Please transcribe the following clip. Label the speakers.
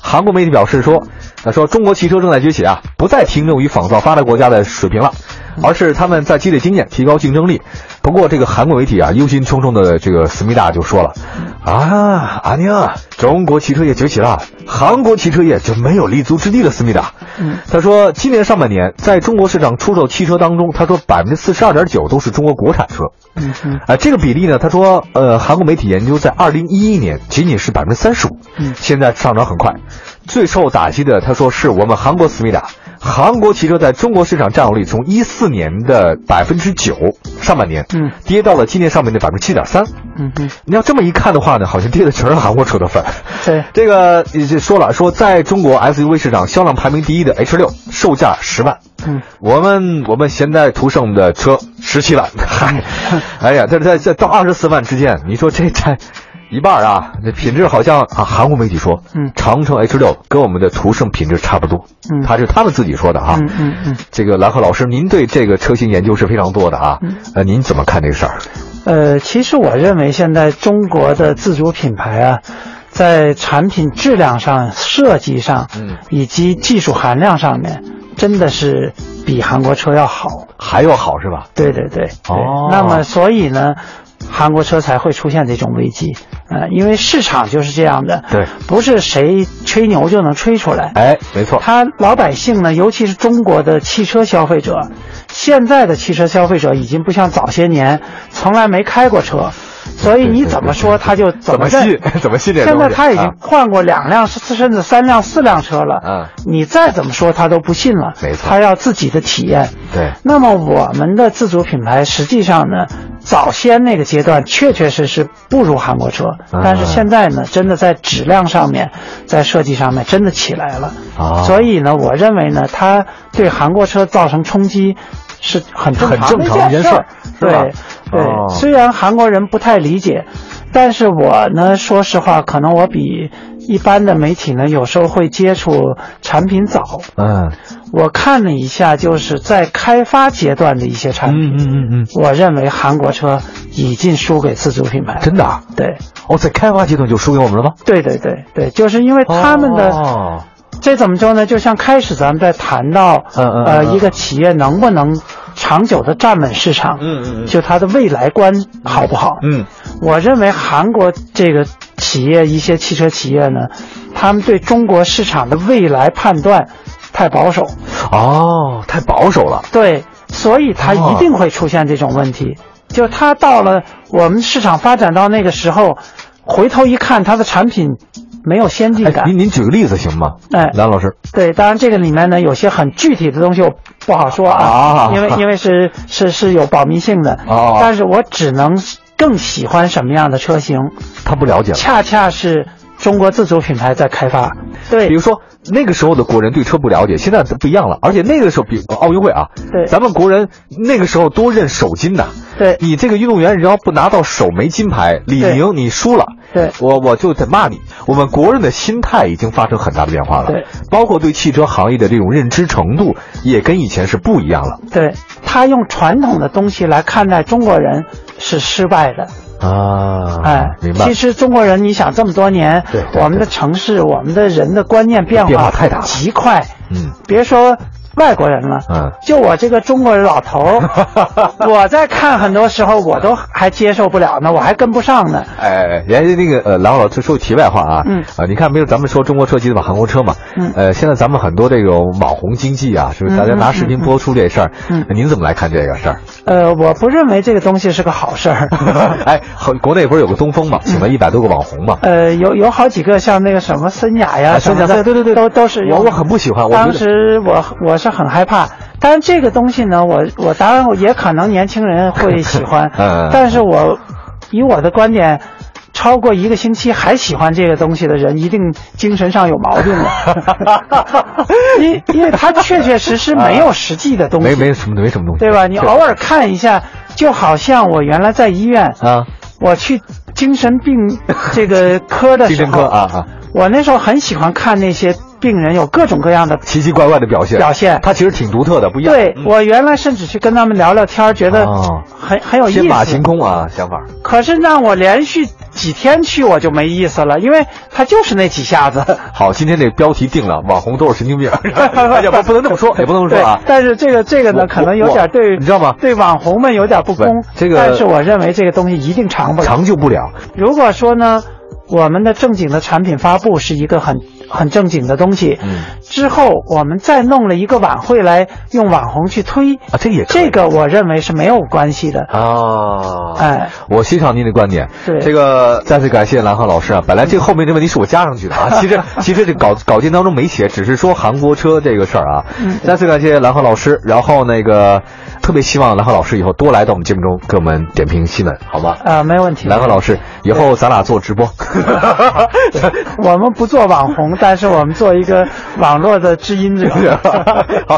Speaker 1: 韩国媒体表示说，那说中国汽车正在崛起啊，不再停留于仿造发达国家的水平了，而是他们在积累经验，提高竞争力。不过这个韩国媒体啊，忧心忡忡的这个思密达就说了，啊，阿尼啊，中国汽车业崛起了，韩国汽车业就没有立足之地了。思密达，
Speaker 2: 嗯
Speaker 1: 他说今年上半年在中国市场出售汽车当中，他说百分之四十二点九都是中国国产车。
Speaker 2: 嗯哼，
Speaker 1: 啊，这个比例呢，他说，呃，韩国媒体研究在二零一一年仅仅是百分之三十五，
Speaker 2: 嗯
Speaker 1: 现在上涨很快。最受打击的，他说是我们韩国思密达，韩国汽车在中国市场占有率从一四年的百分之九，上半年，
Speaker 2: 嗯，
Speaker 1: 跌到了今年上半年的百分之七点三。
Speaker 2: 嗯哼，
Speaker 1: 你要这么一看的话呢，好像跌的全是韩国车的份儿。
Speaker 2: 对，
Speaker 1: 这个也就说了，说在中国 SUV 市场销量排名第一的 H 六，售价十万。
Speaker 2: 嗯，
Speaker 1: 我们我们现在途胜的车十七 万，嗨，哎呀，这在在到二十四万之间，你说这占一半啊？这品质好像啊，韩国媒体说，
Speaker 2: 嗯
Speaker 1: 长城 H 六跟我们的途胜品质差不多，
Speaker 2: 嗯
Speaker 1: 他是他们自己说的啊。
Speaker 2: 嗯嗯嗯。
Speaker 1: 这个兰克老师，您对这个车型研究是非常多的
Speaker 2: 嗯
Speaker 1: 啊，呃，您怎么看这个事儿？
Speaker 2: 呃，其实我认为现在中国的自主品牌啊，在产品质量上、设计上，
Speaker 1: 嗯
Speaker 2: 以及技术含量上面，真的是比韩国车要好。
Speaker 1: 还要好是吧？
Speaker 2: 对对对，对
Speaker 1: 哦
Speaker 2: 那么所以呢，韩国车才会出现这种危机，呃，因为市场就是这样的，
Speaker 1: 对
Speaker 2: 不是谁吹牛就能吹出来。
Speaker 1: 哎，没错，
Speaker 2: 他老百姓呢，尤其是中国的汽车消费者，现在的汽车消费者已经不像早些年从来没开过车，所以你怎么说他就
Speaker 1: 怎么
Speaker 2: 认
Speaker 1: 信 怎么信这
Speaker 2: 现
Speaker 1: 东
Speaker 2: 在
Speaker 1: 西
Speaker 2: 他已经
Speaker 1: 啊
Speaker 2: 换过两辆，甚甚至三辆、四辆车了。
Speaker 1: 嗯
Speaker 2: 你再怎么说他都不信了。
Speaker 1: 没错
Speaker 2: 他要自己的体验。
Speaker 1: 对
Speaker 2: 那么我们的自主品牌实际上呢，早先那个阶段确确实实不如韩国车，
Speaker 1: 嗯
Speaker 2: 但是现在呢，真的在质量上面，在设计上面真的起来了。
Speaker 1: 啊
Speaker 2: 所以呢，我认为呢，它对韩国车造成冲击是很正常的
Speaker 1: 很正常的一件
Speaker 2: 件事儿。
Speaker 1: 事儿是吧
Speaker 2: 对对、
Speaker 1: 哦
Speaker 2: 虽然韩国人不太理解，但是我呢，说实话，可能我比一般的媒体呢，有时候会接触产品早。
Speaker 1: 嗯
Speaker 2: 我看了一下，就是在开发阶段的一些产品，
Speaker 1: 嗯嗯嗯嗯，
Speaker 2: 我认为韩国车已经输给自主品牌了。
Speaker 1: 真的啊
Speaker 2: 对，
Speaker 1: 哦，在开发阶段就输给我们了吗？
Speaker 2: 对对对对，就是因为他们的、
Speaker 1: 哦
Speaker 2: 这怎么说呢？就像开始咱们在谈到，
Speaker 1: 嗯嗯
Speaker 2: 呃，
Speaker 1: 嗯
Speaker 2: 一个企业能不能长久的站稳市场，
Speaker 1: 嗯嗯嗯
Speaker 2: 就它的未来观好不好？
Speaker 1: 嗯，
Speaker 2: 我认为韩国这个企业一些汽车企业呢，他们对中国市场的未来判断太保守，
Speaker 1: 哦，太保守了。
Speaker 2: 对，所以它一定会出现这种问
Speaker 1: 哦
Speaker 2: 题。就它到了我们市场发展到那个时候，回头一看，它的产品没有先进
Speaker 1: 哎，
Speaker 2: 感。
Speaker 1: 您您举个例子行吗？
Speaker 2: 哎
Speaker 1: 兰老师，
Speaker 2: 对，当然这个里面呢有些很具体的东西我不好说啊，
Speaker 1: 啊
Speaker 2: 因为因为是是是有保密性的，
Speaker 1: 哦
Speaker 2: 但是我只能更喜欢什么样的车型，
Speaker 1: 他不了解了。
Speaker 2: 恰恰是中国自主品牌在开发，
Speaker 1: 比
Speaker 2: 对
Speaker 1: 如说那个时候的国人对车不了解，现在不一样了。而且那个时候，比奥运会啊，
Speaker 2: 对
Speaker 1: 咱们国人那个时候多认手巾呐。
Speaker 2: 对
Speaker 1: 你这个运动员，只要不拿到手没金牌，李
Speaker 2: 对
Speaker 1: 宁你输了，
Speaker 2: 对
Speaker 1: 我我就得骂你。我们国人的心态已经发生很大的变化了，
Speaker 2: 对，
Speaker 1: 包括对汽车行业的这种认知程度也跟以前是不一样了
Speaker 2: 对，他用传统的东西来看待中国人是失败的，
Speaker 1: 啊
Speaker 2: 哎，
Speaker 1: 明白
Speaker 2: 其。实中国人，你想这么多年，
Speaker 1: 对对
Speaker 2: 我们的城市，我们的人的观念变化
Speaker 1: 变化太大了
Speaker 2: 极快，
Speaker 1: 嗯，
Speaker 2: 别说外国人了，
Speaker 1: 嗯
Speaker 2: 就我这个中国人老头儿，我在看很多时候我都还接受不了呢，我还跟不上呢，
Speaker 1: 哎，人家那个呃，兰老师说句题外话啊，
Speaker 2: 嗯
Speaker 1: 啊，你看，比如咱们说中国车机的韩国车嘛，
Speaker 2: 嗯
Speaker 1: 呃，现在咱们很多这种网红经济啊，是不是？大家拿视频播出这事儿，
Speaker 2: 嗯
Speaker 1: 您怎么来看这个事儿？
Speaker 2: 呃，我不认为这个东西是个好事儿。
Speaker 1: 哎，好国内不是有个东风嘛，
Speaker 2: 嗯
Speaker 1: 请了一百多个网红嘛，
Speaker 2: 呃，有有好几个像那个什么森雅呀，
Speaker 1: 啊森雅
Speaker 2: 什么的
Speaker 1: 对对对对
Speaker 2: 都都是有
Speaker 1: 我我很不喜欢我觉得，
Speaker 2: 当时我我是很害怕，但是这个东西呢，我我当然也可能年轻人会喜欢
Speaker 1: 嗯
Speaker 2: 但是我以我的观点。超过一个星期还喜欢这个东西的人，一定精神上有毛病 了，因因为他确确实实没有实际的东
Speaker 1: 没
Speaker 2: 西，
Speaker 1: 没什么没什么东西，
Speaker 2: 对吧？你偶尔看一下，就好像我原来在医院，
Speaker 1: 啊，
Speaker 2: 我去精神病这个科的
Speaker 1: 精
Speaker 2: 时
Speaker 1: 神
Speaker 2: 候
Speaker 1: 科啊啊，
Speaker 2: 我那时候很喜欢看那些病人有各种各样的。
Speaker 1: 奇奇怪怪的表现，
Speaker 2: 表现
Speaker 1: 它其实挺独特的，不一样。
Speaker 2: 对
Speaker 1: 嗯
Speaker 2: 我原来甚至去跟他们聊聊天儿，觉得
Speaker 1: 哦
Speaker 2: 很很有意
Speaker 1: 天马
Speaker 2: 思
Speaker 1: 行。空啊，想法。
Speaker 2: 可是让我连续几天去我就没意思了，因为它就是那几 下子。
Speaker 1: 好，今天这标题定了，网红都是神 经病，也不不能这么说，也不能这么说 啊
Speaker 2: 对。但是这个这个
Speaker 1: 我
Speaker 2: 呢，可能有点
Speaker 1: 我
Speaker 2: 对，
Speaker 1: 你知道吗
Speaker 2: 对网红们有点不公
Speaker 1: 不。这个
Speaker 2: 但是我认为这个东西一定长不了。
Speaker 1: 长久不了，
Speaker 2: 如果说呢，我们的正经的产品发布是一个很很正经的东西，
Speaker 1: 嗯
Speaker 2: 之后我们再弄了一个晚会来用网红去推，
Speaker 1: 啊，这也可以
Speaker 2: 这个我认为是没有关系的。
Speaker 1: 啊，
Speaker 2: 哎，
Speaker 1: 我欣赏您的观点。
Speaker 2: 对
Speaker 1: 这个再次感谢兰浩老师啊。本来这个后面这问题是我加上去的啊，其实其实这稿稿件当中没写，只是说韩国车这个事儿啊。再次感谢兰浩老师，然后那个特别希望兰浩老师以后多来到我们节目中给我们点评新闻，好吗？
Speaker 2: 呃，没问题。
Speaker 1: 兰浩老师，以后咱俩做直播。
Speaker 2: 我们不做网红，但是我们做一个网络的知音者。
Speaker 1: 好。